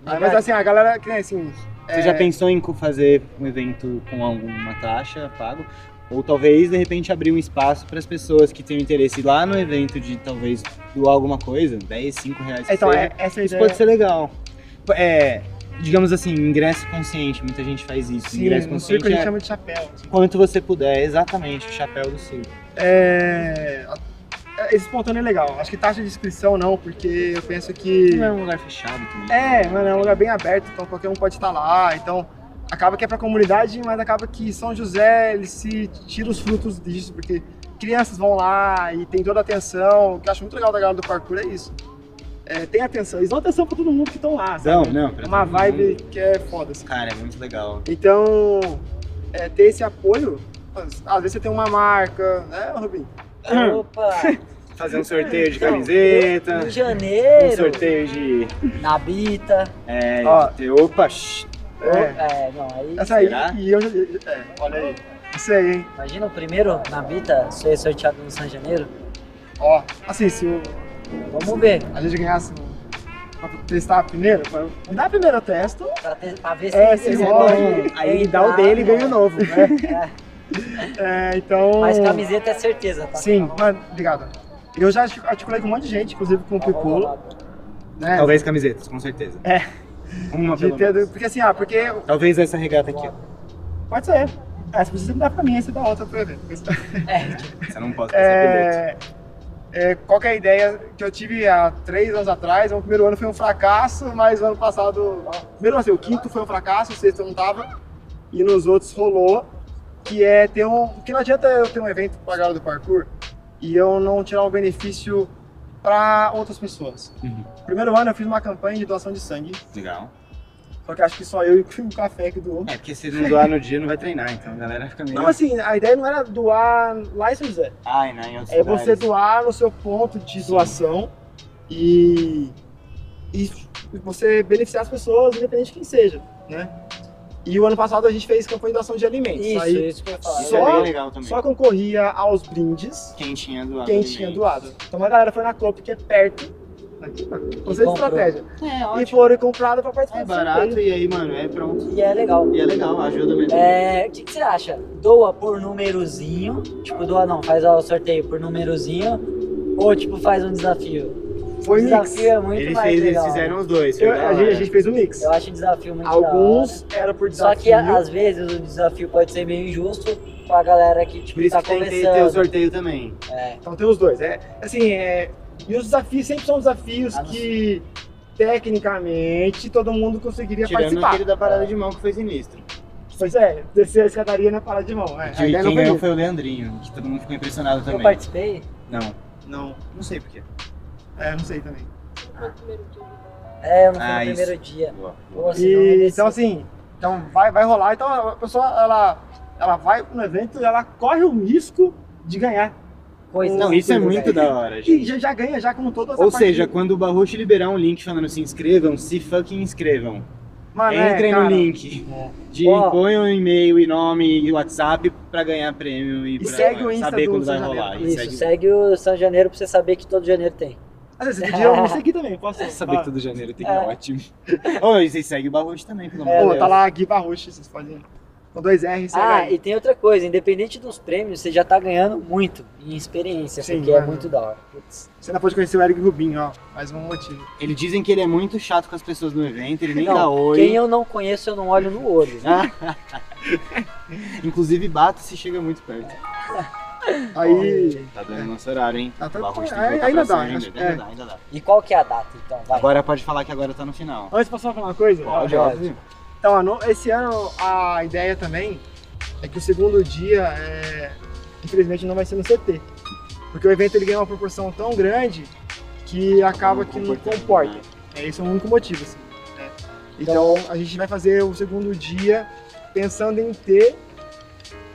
Ah, mas assim, a galera, que nem assim... Você já pensou em co- fazer um evento com alguma taxa pago? Ou talvez, de repente, abrir um espaço para as pessoas que têm interesse lá no evento de talvez doar alguma coisa, 10, 5 reais. que Então, seja. é, essa é a Isso ideia. pode ser legal. P- É, digamos assim, ingresso consciente, muita gente faz isso. ingresso Sim, no assim, um circo consciente a gente é chama de chapéu. assim. quanto você puder, exatamente, o chapéu do circo. É... é, Esse espontâneo é legal. Acho que taxa de inscrição não, porque eu penso que... Não é um lugar fechado também. É, mano, é um lugar bem aberto, então qualquer um pode estar lá. Então, acaba que é pra comunidade, mas acaba que São José, ele se tira os frutos disso, porque crianças vão lá e tem toda a atenção. O que eu acho muito legal da galera do parkour é isso. É, tem atenção, eles dão atenção pra todo mundo que estão lá, Não, sabe? não. É né? pra um- uma todo vibe mundo. que é foda, assim. Cara, é muito legal. Então, é, ter esse apoio, às às vezes você tem uma marca, né, Rubinho? hum. Opa, Fazer um sorteio de Não, camiseta, em um janeiro, sorteio de. na Bita. É, Ó. de- opa! shh. É, É, não, aí, essa aí, será? e eu já, é, olha aí, isso aí, hein? imagina o primeiro na Bita ser sorteado no São Janeiro. Ó, assim, se o, Vamos ver, a gente ganhasse um- pra testar a primeira, pra- me dá a primeira, eu testo. pra, ter, pra ver se... É, se se rola, pode Aí dá entrar, o dele e ganha o né? novo. É, É, então... mas camiseta é certeza, tá? Sim, mano, obrigado. Eu já artic- articulei com um monte de gente, inclusive com o Tá Pipulo, né? Talvez camisetas, com certeza. É. Uma De pelo ter- menos. porque assim, ah, porque Talvez essa regata aqui, ó. pode ser. Ah, se precisa mudar pra mim, aí você dá outra pra ver. É, Você não pode fazer É, é, qual que é a ideia que eu tive há três anos atrás? O primeiro ano foi um fracasso, mas o ano passado. Primeiro, assim, o quinto foi um fracasso, o sexto eu não tava. E nos outros rolou. Que é ter um. Porque não adianta eu ter um evento pra galera do parkour e eu não tirar o benefício para outras pessoas. Uhum. Primeiro ano eu fiz uma campanha de doação de sangue, Legal. só que acho que só eu e o café que doou. É porque se não doar no dia, não vai treinar, então a galera fica meio. Não, assim, a ideia não era doar lá em São José. Ai, não, em outros é você lugares. doar no seu ponto de doação e, e você beneficiar as pessoas, independente de quem seja, né? E o ano passado a gente fez campanha de doação de alimentos. isso, aí isso que eu ia falar. Isso só- é bem legal também. só concorria aos brindes quem tinha doado. quem também. tinha doado. Então a galera foi na Copa, que é perto, você de comprou. estratégia, É, e ótimo. foram compradas para participar É do barato sorteio. e aí, mano, é pronto. E é legal. E é legal, ajuda mesmo. É, o que, que você acha? Doa por númerozinho, tipo, doa não, faz o sorteio por númerozinho, ou tipo, faz um desafio. Foi o um mix. desafio é muito Ele mais fez, legal. eles fizeram os dois. é foi Eu- da a, gente, hora. a gente fez o mix. Eu acho o desafio muito da hora. Alguns era por Só desafio. que às vezes o desafio pode ser meio injusto com a galera que tipo, Por isso tá que tem que ter o começando. sorteio também. É, Então tem os dois. É, assim, é, e os desafios sempre são desafios Ah, não que, tecnicamente, todo mundo conseguiria Tirando participar. aquele da parada de mão que foi sinistro. Pois é, descer a escadaria na parada de mão. É, E a ideia não quem foi ganhou isso. foi o Leandrinho, que todo mundo ficou impressionado eu também. participei? Não, Não, não sei porquê. é, não sei também. Foi o primeiro dia. É, eu não fui Ah, no isso. primeiro dia. Boa. Pô, E, é senão eu ia descer. então, assim, então vai, vai rolar. Então a pessoa, ela, ela vai no evento e ela corre o risco de ganhar. Coisas Não, isso é absurdas, muito né? da hora, gente. E já, já ganha, já com toda essa Ou parte- seja, quando o Barrocho liberar um link falando se inscrevam, se fucking inscrevam. Mano, é, Entrem no cara, link. É. De Ó. ponham e-mail e nome e WhatsApp pra ganhar prêmio e, E pra segue o Insta saber do quando vai São rolar. Janeiro. E Isso, segue o São Janeiro pra você saber que todo janeiro tem. Às vezes, você podia me seguir também, posso Saber Ah. que todo janeiro tem É. é ótimo. Ô, e vocês seguem o Barroso também, pelo amor de Pô, Deus. tá lá Gui Barroche, vocês podem. Com dois R's, é segue Ah, aí. e tem outra coisa, independente dos prêmios, você já tá ganhando muito em experiência, Sim, porque é mano. muito da hora. Putz, Você ainda pode conhecer o Eric Rubinho, ó. Mais um motivo. Eles dizem que ele é muito chato com as pessoas no evento, ele nem Não, dá oi. Quem eu não conheço, eu não olho no olho. né? Inclusive bate se chega muito perto. Aí. Tá dando nosso horário, hein? Ah, tá- O Barroso tem que é, voltar ainda pra dá, cima né? acho- ainda, ainda é. dá, ainda dá. E qual que é a data, então? Vai. Agora pode falar que agora tá no final. Antes, posso só falar uma coisa? Pode, pode. óbvio. Então, a no- esse ano a ideia também é que o segundo dia, é, infelizmente, não vai ser no CT. Porque o evento ele ganha uma proporção tão grande que acaba que não comporta. É, esse é o único motivo, assim. né? Então, a gente vai fazer o segundo dia pensando em ter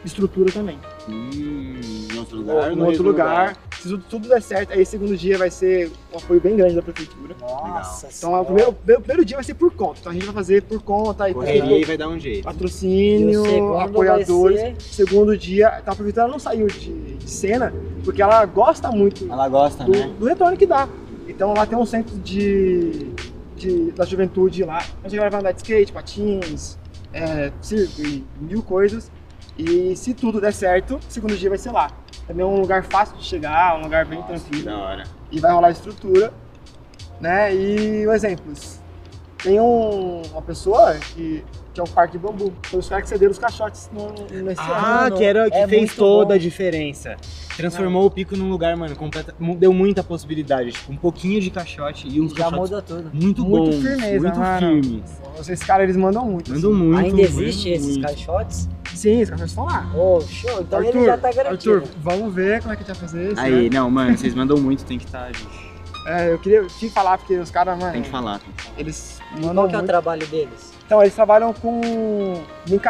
estrutura também. Hum, em outro lugar. Em no outro mesmo lugar. Se tudo, tudo der certo, aí o segundo dia vai ser um apoio bem grande da prefeitura. Nossa Então, o senhora. primeiro, o primeiro dia vai ser por conta. Então, a gente vai fazer por conta e Correria e vai dar um jeito. E o segundo patrocínio, vai apoiadores. ser- Segundo dia, tá aproveitando, ela não saiu de, de cena, porque ela gosta muito Ela gosta, né? do, do retorno que dá. Então lá tem um centro de, de- da juventude lá, onde a galera vai andar de skate, patins, é, circo e mil coisas. E se tudo der certo, segundo dia vai ser lá. Também é um lugar fácil de chegar, um lugar bem Nossa, que tranquilo da hora. e vai rolar a estrutura, né? E exemplos. Tem um- uma pessoa que, que é um parque de bambu. Foi os caras que cederam os caixotes no, nesse ano. Ah, Mano, que era que é fez muito toda bom. a diferença. Transformou o pico num lugar, mano, completa, mu- deu muita possibilidade. Tipo, um pouquinho de caixote e uns Já caixotes muda tudo. muito, Muito bons, firmeza, muito mano. firmes. Esses caras, eles mandam muito. Mandam muito. Ainda existe muito, esses muito. caixotes? assim. Sim, os caixotes estão lá. Oh, show. Então ele Arthur, já tá garantido. Arthur, vamos ver como é que a gente vai fazer isso. Aí, né? não, mano, vocês mandam muito, tem que estar, gente. É, eu queria te falar, porque os caras, mano, É. Tem que falar. eles Qual mandam que é o muito. trabalho deles? Então, eles trabalham com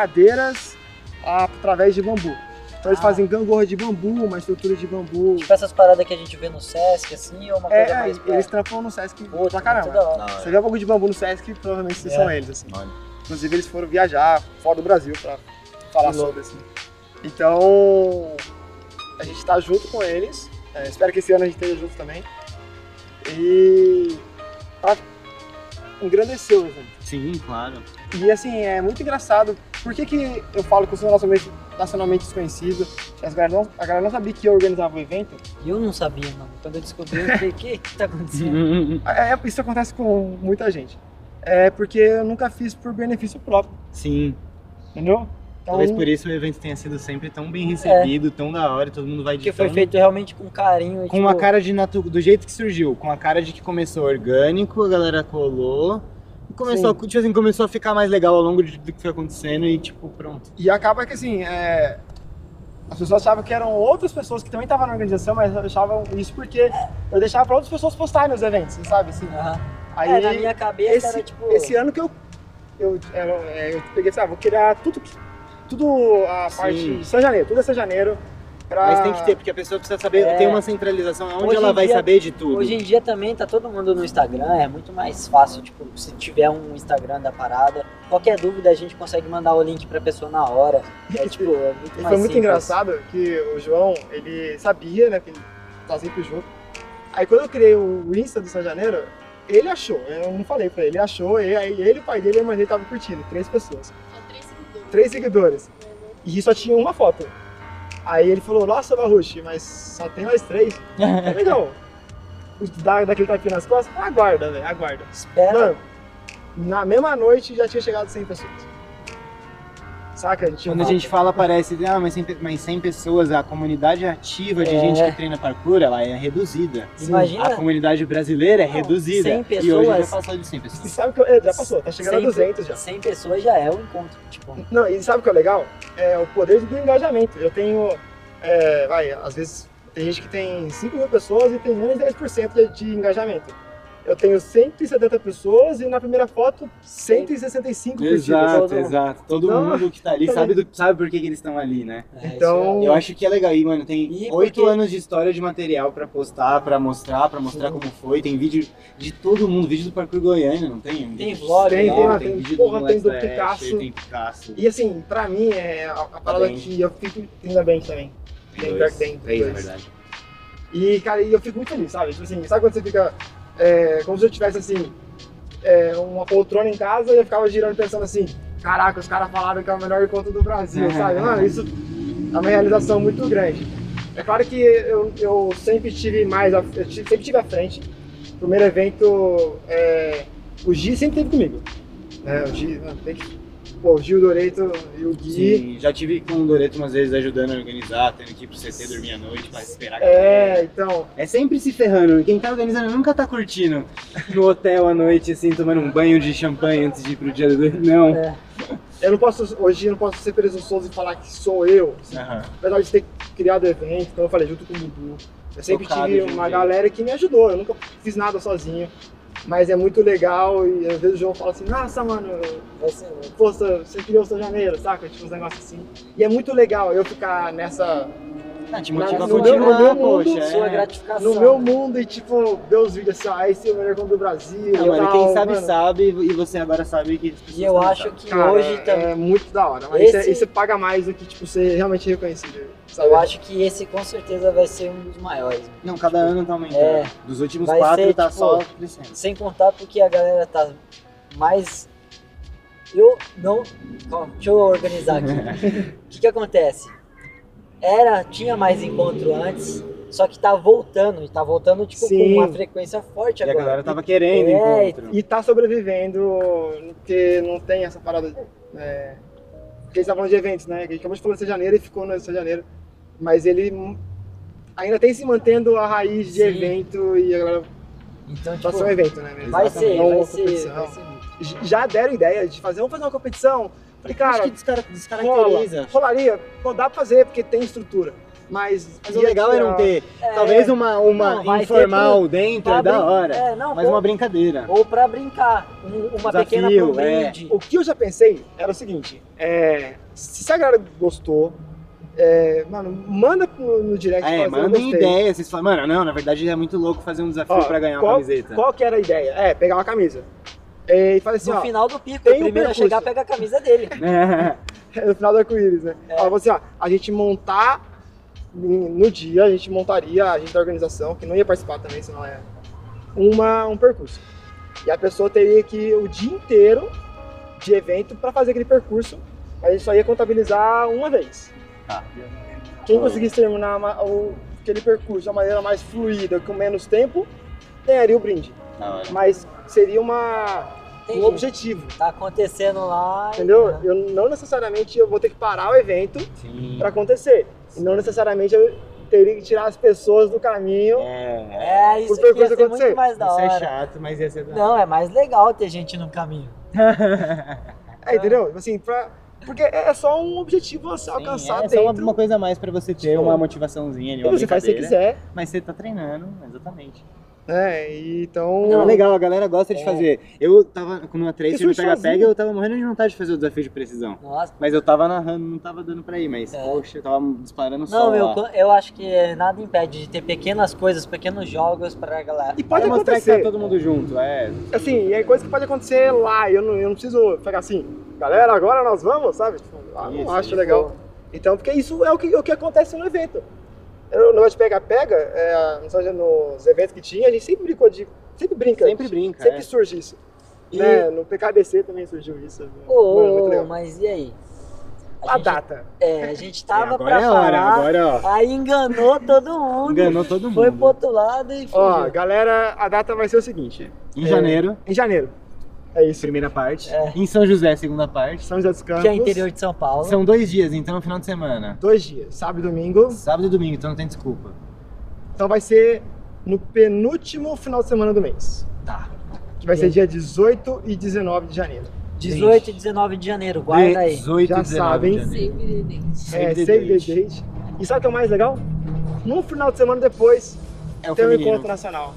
brincadeiras ah, através de bambu. Então, eles Ah. fazem gangorra de bambu, uma estrutura de bambu. Tipo essas paradas que a gente vê no Sesc, assim, ou uma coisa É, mais eles, eles trampam no Sesc Pô, pra tá caramba. toda hora. Da Você hora. vê um bagulho de bambu no Sesc, provavelmente vocês É. são eles, assim. Olha. Inclusive, eles foram viajar fora do Brasil pra falar Que louco. sobre, assim. Então, a gente tá junto com eles. É, espero que esse ano a gente esteja junto também. E... Tá... Engrandeceu o evento. Sim, claro. E, assim, é muito engraçado. Por que que eu falo que eu sou nacionalmente, nacionalmente desconhecido? As galera não, a galera não sabia que eu organizava o evento. E eu não sabia, mano. Quando eu descobri, eu falei, o que que tá acontecendo? Uhum. É, isso acontece com muita gente. É porque eu nunca fiz por benefício próprio, Sim. entendeu? Então, Talvez por isso o evento tenha sido sempre tão bem recebido, tão da hora, e todo mundo vai de Porque foi feito realmente com carinho. e, Com tipo, uma cara de natu... do jeito que surgiu, com a cara de que começou orgânico, a galera colou. E começou, a, tipo assim, começou a ficar mais legal ao longo de tudo que foi acontecendo e, tipo, pronto. E acaba que assim, é, as pessoas achavam que eram outras pessoas que também estavam na organização, mas achavam isso porque eu deixava pra outras pessoas postarem meus eventos, sabe? Assim, Aham. aí, é, na minha cabeça era esse- tipo. esse ano que eu, eu, eu, é, eu peguei, sabe, vou criar tudo, que- tudo a Sim. parte de São Janeiro, tudo é São Janeiro. Pra... Mas tem que ter, porque a pessoa precisa saber, É. tem uma centralização, é onde Hoje ela em vai dia- saber de tudo. Hoje em dia também tá todo mundo no Instagram, é muito mais fácil, tipo, se tiver um Instagram da parada, qualquer dúvida a gente consegue mandar o link pra pessoa na hora. É tipo, é muito E mais foi muito simples. engraçado que o João, ele sabia, né, que ele tá sempre junto. Aí quando eu criei o Insta do São Janeiro, ele achou, eu não falei pra ele, ele achou, e aí ele, o pai dele e a mãe dele estavam curtindo, três pessoas, São três seguidores. três seguidores. E só tinha uma foto. Aí ele falou, nossa, Baruchi, mas só tem mais três. Eu falei, não. O da, daquele tapinha nas costas, aguarda, velho, aguarda. Espera. Mano, na mesma noite já tinha chegado 100 pessoas. Saca? tinha Quando a uma- gente fala, parece, ah, mas 100, pe- mas 100 pessoas, a comunidade ativa de É. gente que treina parkour, ela é reduzida. Imagina- A comunidade brasileira é Não, reduzida. 100 E hoje já pessoas- passou de 100 E pessoas. sabe que eu, é, já passou, tá chegando a 100 200 já. 100 pessoas já é o encontro, tipo, Não, e sabe o que é legal? É o poder do engajamento. Eu tenho, é, vai, às vezes tem gente que tem 5 mil pessoas e tem menos de 10% de, de engajamento. eu tenho 170 pessoas e na primeira foto 165 curtidas. todo- Exato, exato. Todo Então, mundo que tá ali sabe, do- sabe por que, que eles estão ali, né? É, isso Então- Eu acho que é legal. E, mano, tem E oito porque- anos de história de material pra postar, pra mostrar, pra mostrar como foi. Tem vídeo de todo mundo, vídeo do Parkour Goiânia, não tem? Um Tem vídeo de vlog, né? Sérgio, tem, tem, vídeo porra, moleque tem do da Asher, Picasso. Tem Picasso. E assim, pra mim, é a, a parada Tá bem. que eu fico ainda bem também. Tem dois. pior que tem, Três, na dois. verdade. E, cara, e eu fico muito feliz, sabe? Tipo assim, sabe quando você fica. é, como se eu tivesse, assim, é, uma poltrona em casa e eu ficava girando pensando assim: caraca, os caras falaram que é a melhor conta do Brasil, sabe? Mano, isso é uma realização muito grande. É claro que eu, eu sempre tive mais. A, eu ti- sempre tive à frente. Primeiro evento, é, o Gi sempre teve comigo. Né? O Gi, mano, tem que. Pô, o Gil Doreto e o Gui. Sim, já tive com o Doreto umas vezes ajudando a organizar, tendo que ir pro CT dormir à noite pra esperar. a galera. É, então. É sempre se ferrando. Quem tá organizando nunca tá curtindo. No hotel à noite, assim, tomando um banho de champanhe antes de ir pro dia do. Não. É, Eu não posso, hoje eu não posso ser presunçoso e falar que sou eu, Aham. apesar de ter criado o evento, como eu falei, junto com o Dudu. Eu sempre Focado, tive gente, uma gente. galera que me ajudou, eu nunca fiz nada sozinho. Mas é muito legal e às vezes o João fala assim, nossa, mano, é, vai ser- poxa, você criou o São Janeiro, saca? Tipo, uns negócios assim. E é muito legal eu ficar nessa. Ah, te motiva a motiva a No meu- no continuar, meu mundo, poxa. sua é. gratificação. No meu mundo e tipo, ver os vídeos assim, ah, esse é o melhor conto do Brasil. Ah, e mano, tal, quem sabe mano. sabe e você agora sabe que. as pessoas E eu também acho sabem. que tá. Cara, hoje também. É muito da hora, mas isso é- Esse- isso paga mais do que tipo, ser realmente reconhecido. Sabe? Eu acho que esse com certeza vai ser um dos maiores. né? Não, cada ano tá aumentando. É. Dos últimos Vai quatro ser, tá tipo, só crescendo. Sem contar porque a galera tá mais. Eu não. Calma, deixa eu organizar aqui. O que, que acontece? Era, tinha mais encontro antes, só que tá voltando. E tá voltando tipo, Sim. com uma frequência forte E a agora. galera tá tava querendo É, encontro. E tá sobrevivendo, porque não tem essa parada. É... Porque a gente tá falando de eventos, né? A gente acabou de falar de janeiro e ficou no de janeiro. Mas ele hum, ainda tem se mantendo a raiz de Sim. evento e a galera Então, tipo, vai ser um evento, né? vai ser, Não vai uma ser, competição. vai ser muito. J- Já deram ideia de fazer, vamos fazer uma competição. acho Falei, cara, que descara- descaracteriza. rola, rolaria. Pô, dá pra fazer, porque tem estrutura. Mas, Mas o legal é não ter. É, Talvez uma, uma Não, vai ter informal pra dentro, é da brin- hora. É, não, Mas ou, uma brincadeira. ou pra brincar. um- uma Desafio, pequena pra um é. brinde. O que eu já pensei era o seguinte: é, se a galera gostou, é, mano, manda no, no É, direct. fala, assim, "Eu mandem um gostei". ideia. Vocês falam, mano, não, na verdade é muito louco fazer um desafio Ó, pra ganhar uma qual- camiseta. Qual que era a ideia? É, pegar uma camisa. É, E fazer assim, No ó, final do pico, tem o um primeiro a percurso. chegar pega a camisa dele. É. no final do arco-íris, né? É. Ela falou assim, ó, a gente montar em- no dia, a gente montaria, a gente da organização, que não ia participar também, senão é uma, um percurso. E a pessoa teria que ir o dia inteiro de evento pra fazer aquele percurso, mas a gente só ia contabilizar uma vez. Tá. Quem Hum. conseguisse terminar ma- o, aquele percurso de uma maneira mais fluida, com menos tempo, ganharia o brinde. Da hora. Mas seria uma, Entendi. um objetivo. Tá acontecendo lá. e- tá. Entendeu? Eu não necessariamente eu vou ter que parar o evento Sim. para acontecer. E não necessariamente eu teria que tirar as pessoas do caminho. É. É, isso Por aqui ia coisa ser acontecer. muito mais da Isso é hora. chato, mas ia ser da Não, é mais legal ter gente no caminho. É, entendeu? Tipo Assim, pra... Porque é só um objetivo a se alcançar é, dentro. só uma, uma coisa a mais pra você ter uma motivaçãozinha ali, E uma você faz se você brincadeira. quiser. Mas você tá treinando, exatamente. É, e então. É legal, a galera gosta de É. fazer. Eu tava com uma tracer Eu no fui pega-pega, sozinho. eu tava morrendo de vontade de fazer o desafio de precisão. Nossa. Mas eu tava narrando, não tava dando pra ir, mas É. poxa, eu tava disparando só. Não, meu, lá. eu acho que é, nada impede de ter pequenas coisas, pequenos jogos pra galera. E pode Pra mostrar que acontecer. tá todo mundo junto, é. Assim, e é coisa que pode acontecer lá. Eu não, eu não preciso ficar assim, galera, agora nós vamos, sabe? Tipo, ah, não Isso, acho isso. legal. Então, porque isso é o que, o que acontece no evento. Eu- O negócio de pega-pega, é, não sei, nos eventos que tinha, a gente sempre brincou de. Sempre brinca. Sempre brinca, Sempre é. surge isso. E- Né? No PKBC também surgiu isso. Ô, ô, Mano, muito ô, legal. mas e aí? A gente, data. é, a gente É, tava agora pra é a hora, falar, agora ó. aí enganou todo mundo, Enganou todo mundo. foi pro outro lado e Ó, fugiu. galera, a data vai ser o seguinte: Em janeiro, em janeiro. É isso. primeira parte. É. Em São José, segunda parte. São José dos Campos. que é interior de São Paulo. São dois dias, então, no final de semana. Dois dias, sábado e domingo. Sábado e domingo, então não tem desculpa. Então vai ser no penúltimo final de semana do mês. Tá. Que vai ser dia 18 e 19 de janeiro. 18 e 19 de janeiro, guarda aí. 18 Já e 19 sabem. de janeiro. Sempre dedente. é, Save the save date. the date. E sabe o que é o mais legal? Num final de semana depois, É o tem um feminino. encontro nacional.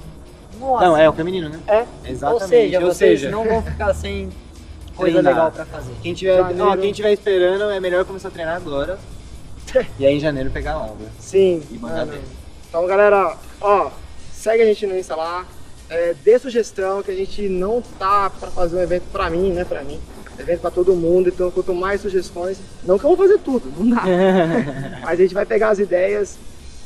Nossa. Não, é o feminino, né? É. Exatamente. Ou seja, Ou vocês seja, não vão ficar sem coisa Treinar. legal pra fazer. quem, tiver, Janeiro. ó, quem tiver esperando, é melhor começar a treinar agora. e aí em janeiro pegar a onda. Sim. E mandar mano. bem. Então, galera, ó, segue a gente no Insta lá. É, dê sugestão que a gente não tá pra fazer um evento pra mim, né? Pra mim. Evento pra todo mundo. Então, quanto mais sugestões, não que eu vou fazer tudo, não dá. É. Mas a gente vai pegar as ideias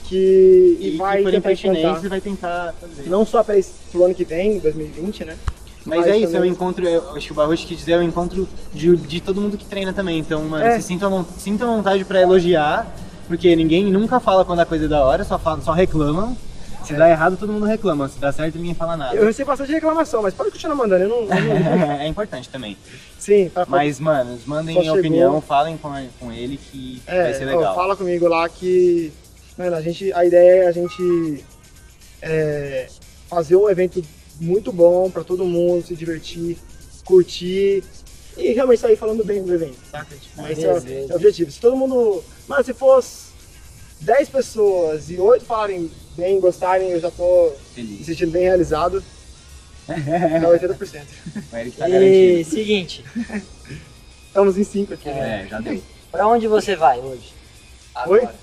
que e, e vai se for tentar implementar. impertinente, você vai tentar fazer. Não só para pro ano que vem, 2020, né? Mas Mas é isso, é um também- encontro, eu acho que o Barroso quis dizer, é um encontro de, de todo mundo que treina também. Então, mano, É. se sintam, sintam vontade pra elogiar, porque ninguém nunca fala quando a coisa é da hora, só, fala, só reclamam. Se dá errado, todo mundo reclama. Se dá certo, ninguém fala nada. Eu recebi bastante reclamação, mas pode continuar mandando. Eu não, eu não- é importante também. sim, pra, Mas, mano, mandem Só chegou. opinião, falem com, com ele que É, vai ser ó, legal. fala comigo lá que. Mano, a gente. A ideia é a gente é, fazer um evento muito bom pra todo mundo, se divertir, curtir e realmente sair falando bem do evento, tá? Tipo, Ah, esse é, o- Beleza. é o objetivo. Se todo mundo. Mano, se fosse 10 pessoas e 8 falarem bem, gostarem, eu já tô me Feliz. sentindo bem realizado. É Dá 80%. O Eric tá E garantido. seguinte, Estamos em 5 aqui. né? É, já deu. pra onde você vai hoje? Oi? Agora.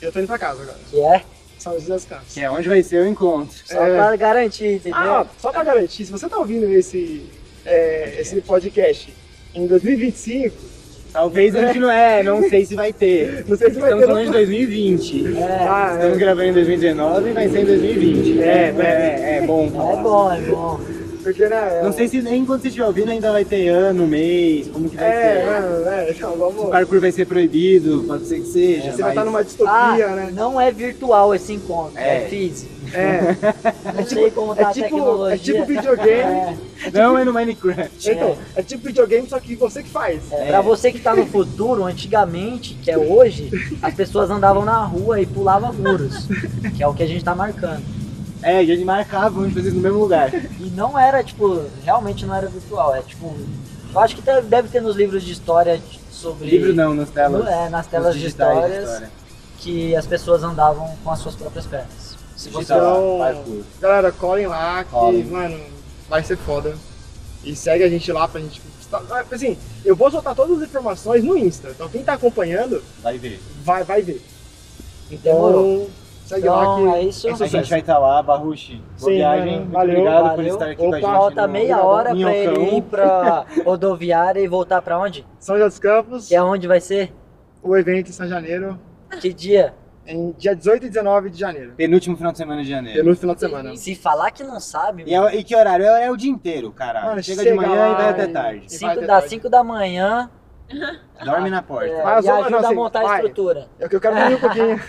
Eu tô indo pra casa agora. Que é? São José das Casas. Que é onde vai ser o encontro. Só É. pra garantir, entendeu? Ah, só pra garantir, se você tá ouvindo esse, é, esse podcast em 2025, Talvez a gente não é, não sei se vai ter. não sei se vai Estamos ter. falando de 2020. é, Ah, Estamos gravando em 2019 e vai ser em 2020. É, é, é, é bom. é bom, é bom. Porque, né? Não sei se nem quando você estiver ouvindo ainda vai ter ano, mês, como que vai É, ser. mano, é, então O vamos. parkour vai ser proibido, pode ser que seja. Você vai estar mas- numa Ah, distopia, né? não é virtual esse encontro, é, É. físico. É, Não sei como tá é a tipo, tecnologia. é tipo videogame. É, Não é no Minecraft. Então, é tipo videogame, só que você que faz. é, É. Pra você que tá no futuro, antigamente, que é hoje, as pessoas andavam na rua e pulavam muros, que é o que a gente tá marcando. É, já de marcar, vamos fazer isso no mesmo lugar. E não era, tipo, realmente não era virtual, é tipo. Eu acho que tá- deve ter nos livros de história de- sobre. Livro não, nas telas. É, nas nos telas de digitais de histórias história. que as pessoas andavam com as suas próprias pernas. Se você Digital, não- parkour. Galera, colhem lá que, Colhem. mano, vai ser foda. E segue a gente lá pra gente. Assim, eu vou soltar todas as informações no Insta. Então quem tá acompanhando Vai ver. vai, vai ver. Então, Demorou. segue lá que. Então é isso. é A gente vai estar lá, Barrushi. Boa Sim, viagem. mano, Muito valeu, obrigado por valeu. estar aqui Opa, com a gente. Falta no- meia hora pra é Minhocão. ele ir pra rodoviária e voltar pra onde? São José dos Campos, Que é onde vai ser? o evento em São Janeiro, Que dia? em dia 18 e 19 de janeiro. Penúltimo final de semana de janeiro. Pelo final de semana. Se falar que não sabe, E, é- e que horário? É é o dia inteiro, caralho. Mano, Chega, chega de manhã e lá é. vai até e- tarde. e vai cinco até da tarde. 5 da manhã Dorme na porta. é, Mas e vamos- não, ajuda a assim, montar a vai. estrutura. É o que eu quero dormir um pouquinho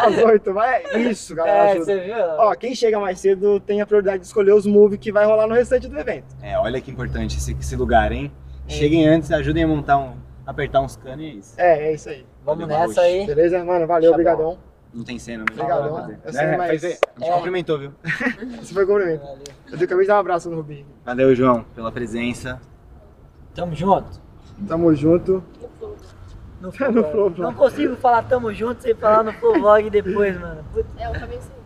às 8, vai. É Isso, galera. É, ajuda. você viu? Ó, quem chega mais cedo tem a prioridade de escolher os moves que vai rolar no restante do evento. É, olha que importante esse, esse lugar, hein? Cheguem antes, ajudem a montar um. apertar uns canos e é isso. É, é isso aí. Vamos valeu, nessa aí. Beleza, mano? Valeu, Tá bom. obrigadão. Não tem cena, né? não Obrigadão, tem nada a eu fazer. sei, mas- faz aí. A gente É. cumprimentou, viu? Esse foi o cumprimento. Valeu. Eu acabei de dar um abraço no Rubinho. Valeu, João, pela presença. Tamo junto. Tamo junto. no flow. No Flow Vlog. Não consigo falar tamo junto sem falar no Flow Vlog depois, mano. Puta, É, eu também sei.